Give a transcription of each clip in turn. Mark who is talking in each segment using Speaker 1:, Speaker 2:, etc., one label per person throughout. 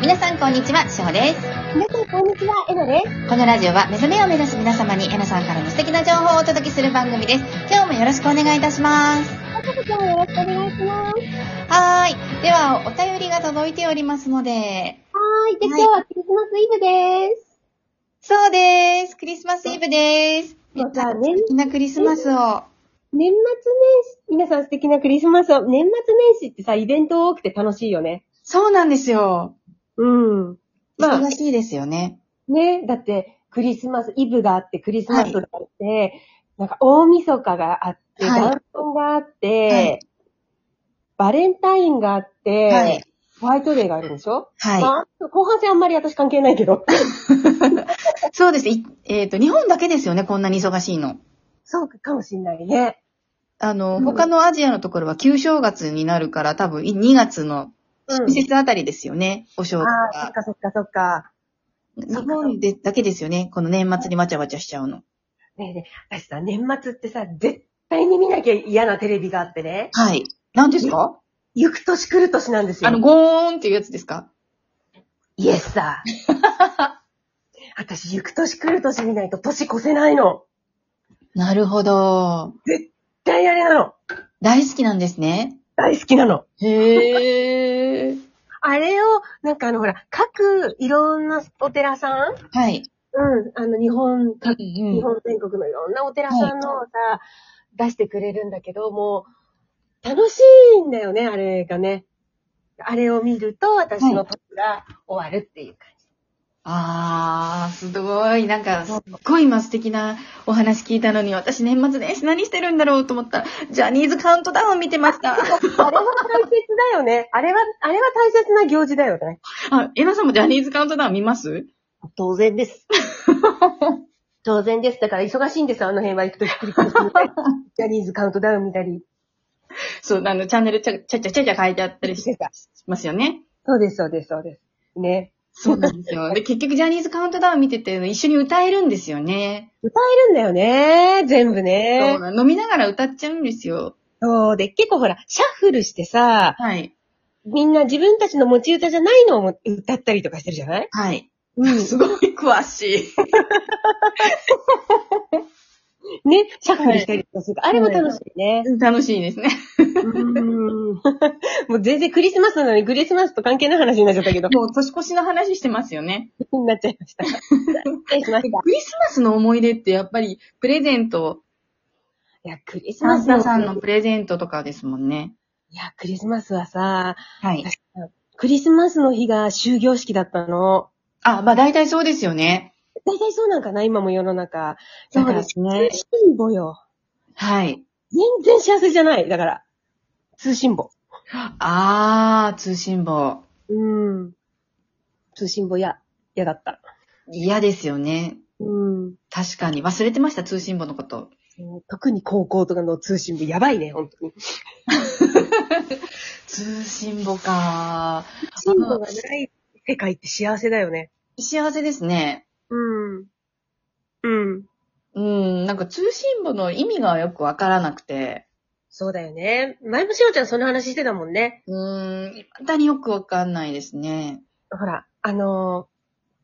Speaker 1: 皆さんこんにちは、しほです。
Speaker 2: 皆さん、こんにちは、えのです。
Speaker 1: このラジオは目覚めを目指す皆様にえのさんからの素敵な情報をお届けする番組です。今日もよろしくお願いいたします。
Speaker 2: あさこちゃんもよろしくお願いします。は
Speaker 1: はーい。では、お便りが届いておりますので、
Speaker 2: ーい。で、今日はクリスマスイブです。
Speaker 1: そうです。クリスマスイブです。
Speaker 2: またね、
Speaker 1: みんなクリスマスを。
Speaker 2: 年末年始、皆さん素敵なクリスマスを、年末年始ってさ、イベント多くて楽しいよね。
Speaker 1: そうなんですよ。
Speaker 2: うん。まあ
Speaker 1: 忙しいですよね。
Speaker 2: ね、だって、クリスマスイブがあって、クリスマスがあって、なんか大晦日があって、
Speaker 1: はい
Speaker 2: 元旦があっ
Speaker 1: は
Speaker 2: て
Speaker 1: い、
Speaker 2: バレンタインがあって、
Speaker 1: はい
Speaker 2: ホワイトデーがあるんでしょ
Speaker 1: は
Speaker 2: まあ後半戦あんまり私関係ないけど。
Speaker 1: い。そうです。いえっ、と、日本だけですよね、こんなに忙しいの。
Speaker 2: そうかもしんないね。
Speaker 1: あの、
Speaker 2: うん
Speaker 1: 他のアジアのところは旧正月になるから、多分い2月の
Speaker 2: うん
Speaker 1: 季節あたりですよね、お正月
Speaker 2: ああ、そ
Speaker 1: が。
Speaker 2: っかそっかそっか。
Speaker 1: 日本でだけですよね、この年末にわちゃわちゃしちゃうの。
Speaker 2: ねえねえ、私さ、年末ってさ、絶対に見なきゃ嫌なテレビがあってね、
Speaker 1: はい。何ですか
Speaker 2: 行く年来る年なんですよ。
Speaker 1: あの、ゴーンっていうやつですか
Speaker 2: イエス さ。私、行く年来る年見ないと年越せないの。
Speaker 1: なるほど。
Speaker 2: 絶対あれなの。
Speaker 1: 大好きなんですね。
Speaker 2: 大好きなの。
Speaker 1: へー。
Speaker 2: あれを、なんかあの、ほら、各、いろんなお寺さん
Speaker 1: はい。
Speaker 2: うん、あの、日本、
Speaker 1: うん
Speaker 2: 日本全国のいろんなお寺さんのをさ、出してくれるんだけど、もう、楽しいんだよね、あれがね。あれを見ると、私の年が終わるっていう感じ。
Speaker 1: あー、すごい。なんか、すっごい今素敵なお話聞いたのに、私年末年始何してるんだろうと思ったら、ジャニーズカウントダウン見てました。
Speaker 2: あれは大切だよね。あれは、あれは大切な行事だよね。
Speaker 1: あ、エナさんもジャニーズカウントダウン見ます
Speaker 2: 当然です。 当然です。だから忙しいんです、あの辺は。行くとひっくり返 してみたりジャニーズカウントダウン見たり。
Speaker 1: そう、あの、チャンネルちゃちゃちゃちゃちゃ変えてあったりしますよね。
Speaker 2: そうです、そうです、そうです。ね。
Speaker 1: そうなんです よ。で、結局ジャニーズカウントダウン見てて、一緒に歌えるんですよね。
Speaker 2: 歌えるんだよね、全部ね。
Speaker 1: そう飲みながら歌っちゃうんですよ。
Speaker 2: そうで、結構ほら、シャッフルしてさ、
Speaker 1: はい。
Speaker 2: みんな自分たちの持ち歌じゃないのを歌ったりとかしてるじゃない
Speaker 1: はい。
Speaker 2: うん。
Speaker 1: すごい詳しい。
Speaker 2: ね、シャッフルしたりとかするから、あれも楽しいね。
Speaker 1: 楽しいです ね。
Speaker 2: うん。 もう全然クリスマスなのにクリスマスと関係ない話になっちゃったけど、
Speaker 1: もう年越しの話してますよね。
Speaker 2: になっちゃいました。失礼しました。
Speaker 1: クリスマスの思い出ってやっぱりプレゼント、
Speaker 2: いや、クリス
Speaker 1: サ
Speaker 2: マ
Speaker 1: ン
Speaker 2: ス
Speaker 1: タさんのプレゼントとかですもんね。
Speaker 2: いや、クリスマスはさ、
Speaker 1: はい。
Speaker 2: クリスマスの日が終業式だったの。
Speaker 1: あ、まあ大体そうですよね。
Speaker 2: 大体そうなんかな今も世の中。だから、通
Speaker 1: すね。
Speaker 2: 信簿よ。
Speaker 1: はい。
Speaker 2: 全然幸せじゃない。だから、通信簿。
Speaker 1: あー、通信簿。
Speaker 2: うん。通信簿や、嫌だった。
Speaker 1: 嫌ですよね。
Speaker 2: うん。
Speaker 1: 確かに。忘れてました、通信簿のこと。
Speaker 2: もう特に高校とかの通信部やばいね、本当に。
Speaker 1: 通信簿か
Speaker 2: 通信部がない世界って幸せだよね。
Speaker 1: 幸せですね。
Speaker 2: うん。うん。
Speaker 1: うん、なんか通信簿の意味がよくわからなくて。
Speaker 2: そうだよね。前もしおちゃんその話してたもんね。
Speaker 1: うん、未だによくわかんないですね。
Speaker 2: ほら、あのー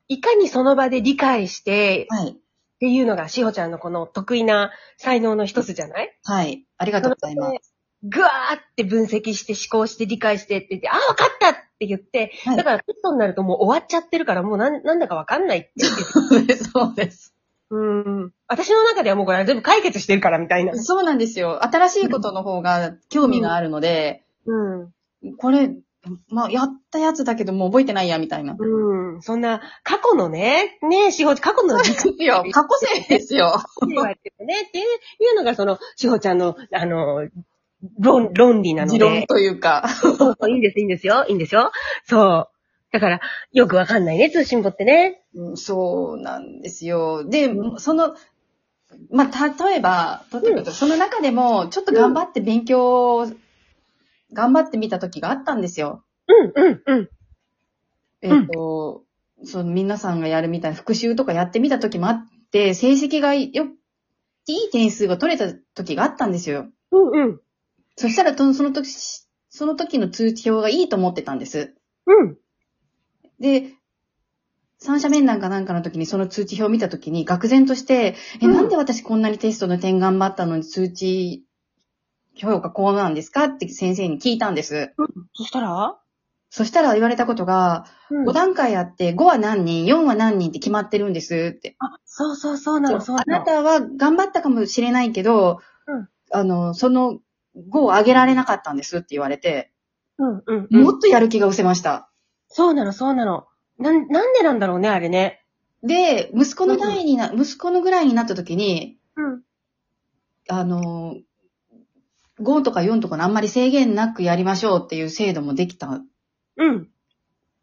Speaker 2: いかにその場で理解してっ
Speaker 1: はい。
Speaker 2: ていうのがしほちゃんのこの得意な才能の一つじゃない
Speaker 1: はい。ありがとうございます。
Speaker 2: ぐわーって分析して思考して理解してって言って、あー、わかったって言って、
Speaker 1: はい
Speaker 2: だからテストになるともう終わっちゃってるからもうなんなんだかわかんないって言って。
Speaker 1: そうです、 そうです。
Speaker 2: うん。私の中ではもうこれ全部解決してるからみたいな。
Speaker 1: そうなんですよ。新しいことの方が興味があるので、
Speaker 2: うん。
Speaker 1: これ、まあ、やったやつだけどもう覚えてないや、みたいな。
Speaker 2: うん。そんな、過去のね、ねえ、しほ、過去の時
Speaker 1: いや、過去生ですよ。
Speaker 2: 間っていうね、っていういうのが、その、しほちゃんの、あの、論、論理なの
Speaker 1: 持論
Speaker 2: で。
Speaker 1: というか。
Speaker 2: そうそういいんです、いいんですよ、いいんですよ。そう。だから、よくわかんないね、通信簿ってね。
Speaker 1: うんそうなんですよ。で、
Speaker 2: う
Speaker 1: その、まあ、例えば、例えば、その中でも、ちょっと頑張って勉強を、頑張ってみた時があったんですよ。
Speaker 2: うん、うん、うん。
Speaker 1: えっ、と、その皆さんがやるみたいな復習とかやってみた時もあって、成績がよ、いい点数が取れた時があったんですよ。
Speaker 2: うん、うん。
Speaker 1: そしたら、とその時、その時の通知表がいいと思ってたんです。
Speaker 2: うん。
Speaker 1: で、三者面談かなんかの時にその通知表を見た時に、愕然として、え、
Speaker 2: うん
Speaker 1: なんで私こんなにテストの点頑張ったのに通知評価こうなんですかって先生に聞いたんです。
Speaker 2: そしたら
Speaker 1: そしたら言われたことが、
Speaker 2: う
Speaker 1: 5段階あって5は何人、4は何人って決まってるんですって。
Speaker 2: あ、そうそうそうなの、そう
Speaker 1: あ
Speaker 2: な
Speaker 1: な
Speaker 2: の。
Speaker 1: たは頑張ったかもしれないけど、
Speaker 2: うん
Speaker 1: あの、その5を上げられなかったんですって言われて、
Speaker 2: うんうん、う
Speaker 1: も
Speaker 2: ん。
Speaker 1: っとやる気が失せました。
Speaker 2: そうなの、そうなの。なん、なんでなんだろうね、あれね。
Speaker 1: で、息子の代にな、息子のぐらいになった時に、
Speaker 2: うん。
Speaker 1: あの、5とか4とかのあんまり制限なくやりましょうっていう制度もできた、
Speaker 2: うん。うん、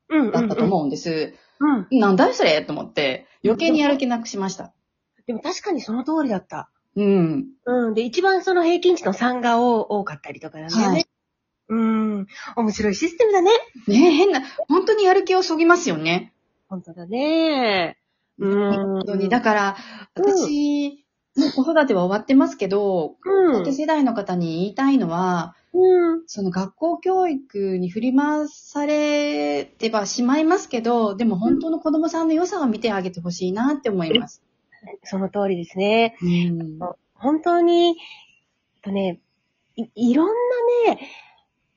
Speaker 2: うん。
Speaker 1: だったと思うんです。
Speaker 2: うん。うん。
Speaker 1: なんだいそれと思って、余計にやる気なくしました。
Speaker 2: でも確かにその通りだった。
Speaker 1: うん。
Speaker 2: うん。で、一番その平均値の3が多多かったりとかなんだよね。
Speaker 1: はい
Speaker 2: うん。面白いシステムだね。
Speaker 1: ねえ、変な、本当にやる気をそぎますよね。
Speaker 2: 本当だね。うん。
Speaker 1: 本当に。だから、
Speaker 2: うん
Speaker 1: 私、もう子育ては終わってますけど、
Speaker 2: う
Speaker 1: 子
Speaker 2: ん
Speaker 1: 育て。世代の方に言いたいのは、
Speaker 2: うん。
Speaker 1: その学校教育に振り回されてはしまいますけど、でも本当の子供さんの良さは見てあげてほしいなって思います。
Speaker 2: その通りですね。
Speaker 1: うん。
Speaker 2: 本当に、えっとね、い、いろんなね、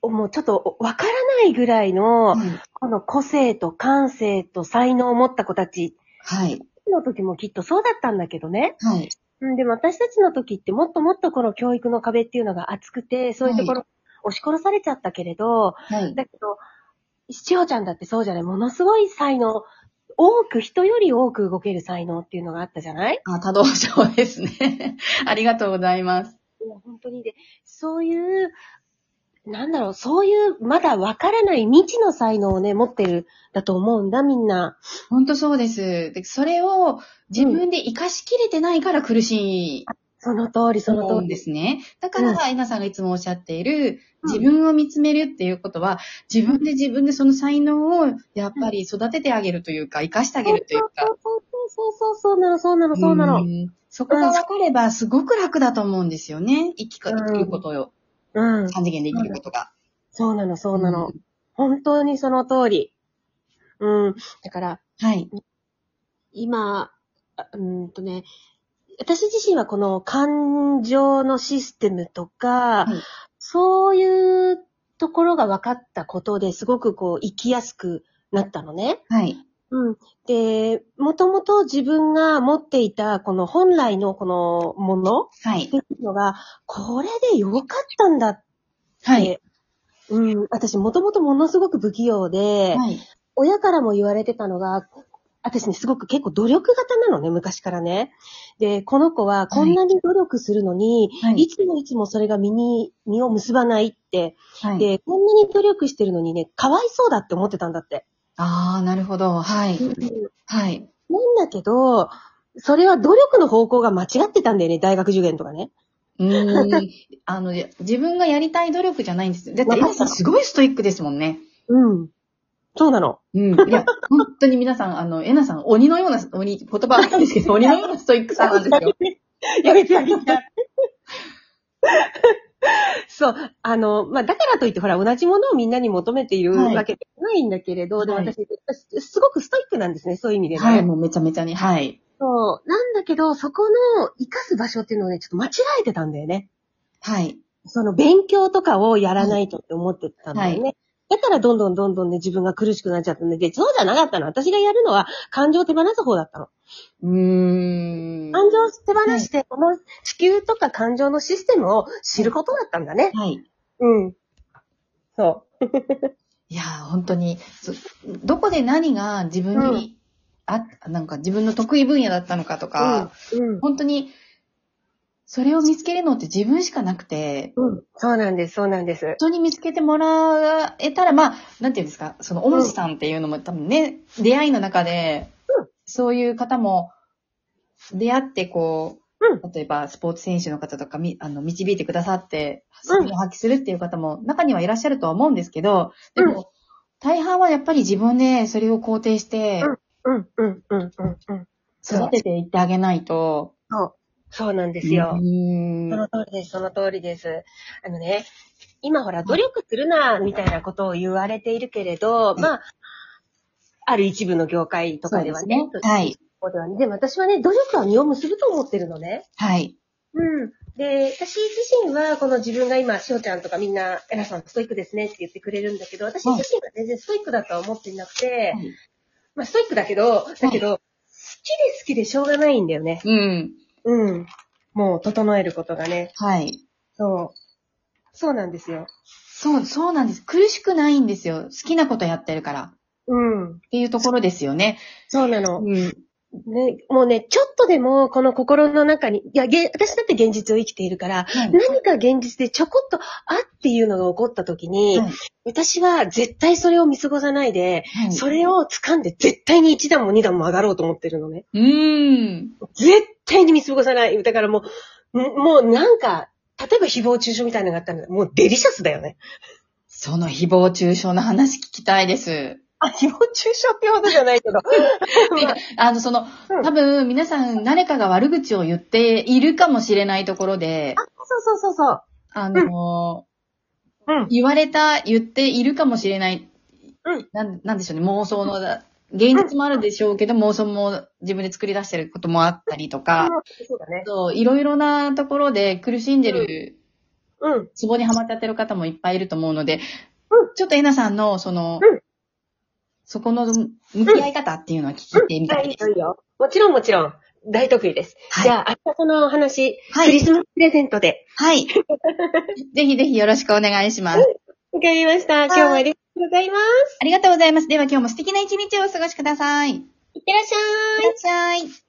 Speaker 2: もうちょっとわからないぐらいの、この個性と感性と才能を持った子たち
Speaker 1: はい。
Speaker 2: の時もきっとそうだったんだけどね。
Speaker 1: はい。
Speaker 2: うん、でも私たちの時ってもっともっとこの教育の壁っていうのが厚くて、そういうところ押し殺されちゃったけれど、
Speaker 1: はい。
Speaker 2: だけど、しおちゃんだってそうじゃないものすごい才能、多く、人より多く動ける才能っていうのがあったじゃない
Speaker 1: あ、多動症ですね。 ありがとうございます。
Speaker 2: いや本当にで、そういう、なんだろう、そういう、まだわからない未知の才能をね、持ってる、だと思うんだ、みんな。
Speaker 1: 本当そうです。でそれを自分で活かしきれてないから苦しい
Speaker 2: その通り、その
Speaker 1: 思うん
Speaker 2: 通り
Speaker 1: で
Speaker 2: です。
Speaker 1: すね。だか
Speaker 2: うん
Speaker 1: ら、エナさんがいつもおっしゃっている、
Speaker 2: うん
Speaker 1: 自分を見つめるっていうことは、自分で自分でその才能を、やっぱり育ててあげるというか、生かしてあげるというか。
Speaker 2: そうそうそうそうそうそうなの、そうなの、そうなの。
Speaker 1: んそこが分かれば、すごく楽だと思うんですよね。生きか、
Speaker 2: うん
Speaker 1: 生きることを、
Speaker 2: うん。
Speaker 1: 三次元で生きることが。
Speaker 2: そうなの、そうなの。
Speaker 1: うん
Speaker 2: 本当にその通り。うん。だから、
Speaker 1: はい。
Speaker 2: 今、あうーんとね、私自身はこの感情のシステムとか、
Speaker 1: はい
Speaker 2: そういうところが分かったことですごくこう生きやすくなったのね。
Speaker 1: はい。
Speaker 2: うん。で、もともと自分が持っていたこの本来のこのものっ
Speaker 1: はい
Speaker 2: て。いうのが、これでよかったんだって、
Speaker 1: はい。
Speaker 2: うん。私もともとものすごく不器用で、
Speaker 1: はい。
Speaker 2: 親からも言われてたのが、私ね、すごく結構努力型なのね、昔からね。で、この子はこんなに努力するのに、
Speaker 1: はい
Speaker 2: い、つもいつもそれが身に、身を結ばないって。
Speaker 1: はい。
Speaker 2: で、こんなに努力してるのにね、かわいそうだって思ってたんだって。
Speaker 1: あー、なるほど。はい。はい。
Speaker 2: なんだけど、それは努力の方向が間違ってたんだよね、大学受験とかね。
Speaker 1: うーん。あの、自分がやりたい努力じゃないんです。だって、エナさんすごいストイックですもんね。
Speaker 2: うん。そうなの。
Speaker 1: うん。いや、本当に皆さん、あの、えなさん、鬼のような、鬼、言葉あったんですけど、鬼のようなストイックさなん ですよ。
Speaker 2: やめてやめて。 そう。あの、まあ、だからといって、ほら、同じものをみんなに求めている
Speaker 1: はい
Speaker 2: わけではないんだけれど、でも
Speaker 1: はい
Speaker 2: 私、すごくストイックなんですね、そういう意味でね。
Speaker 1: はい、もうめちゃめちゃに。はい。
Speaker 2: そう。なんだけど、そこの活かす場所っていうのをね、ちょっと間違えてたんだよね。
Speaker 1: はい。
Speaker 2: その勉強とかをやらないとって思ってたんだよね。
Speaker 1: は
Speaker 2: だからどんどんどんどんね、自分が苦しくなっちゃったんで、でそうじゃなかったの。私がやるのは感情を手放す方だったの。
Speaker 1: うーん。
Speaker 2: 感情を手放して、この地球とか感情のシステムを知ることだったんだね。
Speaker 1: はい。
Speaker 2: うん。そ
Speaker 1: いやー、本当に、そどこで何が自分に、あ、なんか自分の得意分野だったのかと
Speaker 2: う。
Speaker 1: か、
Speaker 2: うん。
Speaker 1: 本当に、それを見つけるのって自分しかなくて、
Speaker 2: うん。そうなんです、そうなんです。
Speaker 1: 人に見つけてもらえたら、まあ、なんていうんですか、その、恩師さんっていうのも多分ね、出会いの中で
Speaker 2: うん、
Speaker 1: そういう方も出会って、こ
Speaker 2: う
Speaker 1: う、例えばスポーツ選手の方とかみ、あの、導いてくださって、
Speaker 2: うん
Speaker 1: 才能を発揮するっていう方も中にはいらっしゃるとは思うんですけど、でも、大半はやっぱり自分でそれを肯定して、
Speaker 2: うん、うん、うん、うん、うん。
Speaker 1: 育てていってあげないと、
Speaker 2: そうなんで
Speaker 1: です
Speaker 2: よ。
Speaker 1: うん。
Speaker 2: その通りです、その通りです。あのね、今ほら、努力するな、みたいなことを言われているけれど、まあ、ある一部の業界とかではね。
Speaker 1: そうですねはい。
Speaker 2: そうではね。でも私はね、努力は実を結ぶと思ってるのね。
Speaker 1: はい。
Speaker 2: うん。で、私自身は、この自分が今、しおちゃんとかみんな、エラさんストイックですねって言ってくれるんだけど、私自身は全然ストイックだとは思っていなくて、
Speaker 1: はい
Speaker 2: まあストイックだけど、だけど、好きで好きでしょうがないんだよね。
Speaker 1: うん。
Speaker 2: うん。もう、整えることがね。
Speaker 1: はい。
Speaker 2: そう。そうなんですよ。
Speaker 1: そう、そうなんです。苦しくないんですよ。好きなことやってるから。
Speaker 2: うん。
Speaker 1: っていうところですよね。
Speaker 2: そうなの。
Speaker 1: うん。
Speaker 2: ね、もうね、ちょっとでも、この心の中に、いや、げ私だって現実を生きているから、
Speaker 1: はい。
Speaker 2: 何か現実でちょこっと、あっていうのが起こった時に、
Speaker 1: はい
Speaker 2: 私は絶対それを見過ごさないで、
Speaker 1: はい
Speaker 2: それを掴んで絶対に1段も2段も上がろうと思ってるのね。
Speaker 1: うーん。
Speaker 2: 絶対に見過ごさない。だからもう、んもうなんか、例えば誹謗中傷みたいなのがあったら、もうデリシャスだよね。
Speaker 1: その誹謗中傷の話聞きたいです。
Speaker 2: あ、誹謗中傷ってことじゃないけど。
Speaker 1: あの、その
Speaker 2: う、ん
Speaker 1: 多分、皆さん、誰かが悪口を言っているかもしれないところで、
Speaker 2: そうそうそうそう。
Speaker 1: あの、
Speaker 2: うん。
Speaker 1: 言われた、言っているかもしれない、
Speaker 2: うん
Speaker 1: なんなんでしょうね、妄想の、現実もあるでしょうけど、妄想も自分で作り出してることもあったりとか、
Speaker 2: そうだね。
Speaker 1: そういろいろなところで苦しんでる、
Speaker 2: うん。
Speaker 1: ツボにはまっちゃってる方もいっぱいいると思うので、
Speaker 2: う
Speaker 1: ちょっとえなさんの、その、
Speaker 2: うん
Speaker 1: そこの向き合い方っていうのは聞いてみたいです。
Speaker 2: いいよ。もちろんもちろん。大得意です。
Speaker 1: はい
Speaker 2: じゃあ、明日そのお話、
Speaker 1: はい
Speaker 2: クリスマスプレゼントで。
Speaker 1: はい。 ぜひぜひよろしくお願いします。
Speaker 2: わかりました。今日もありがとうございます。
Speaker 1: ありがとうございます。では今日も素敵な一日をお過ごしください。いっ
Speaker 2: いってらっしゃい。
Speaker 1: てらっしゃい。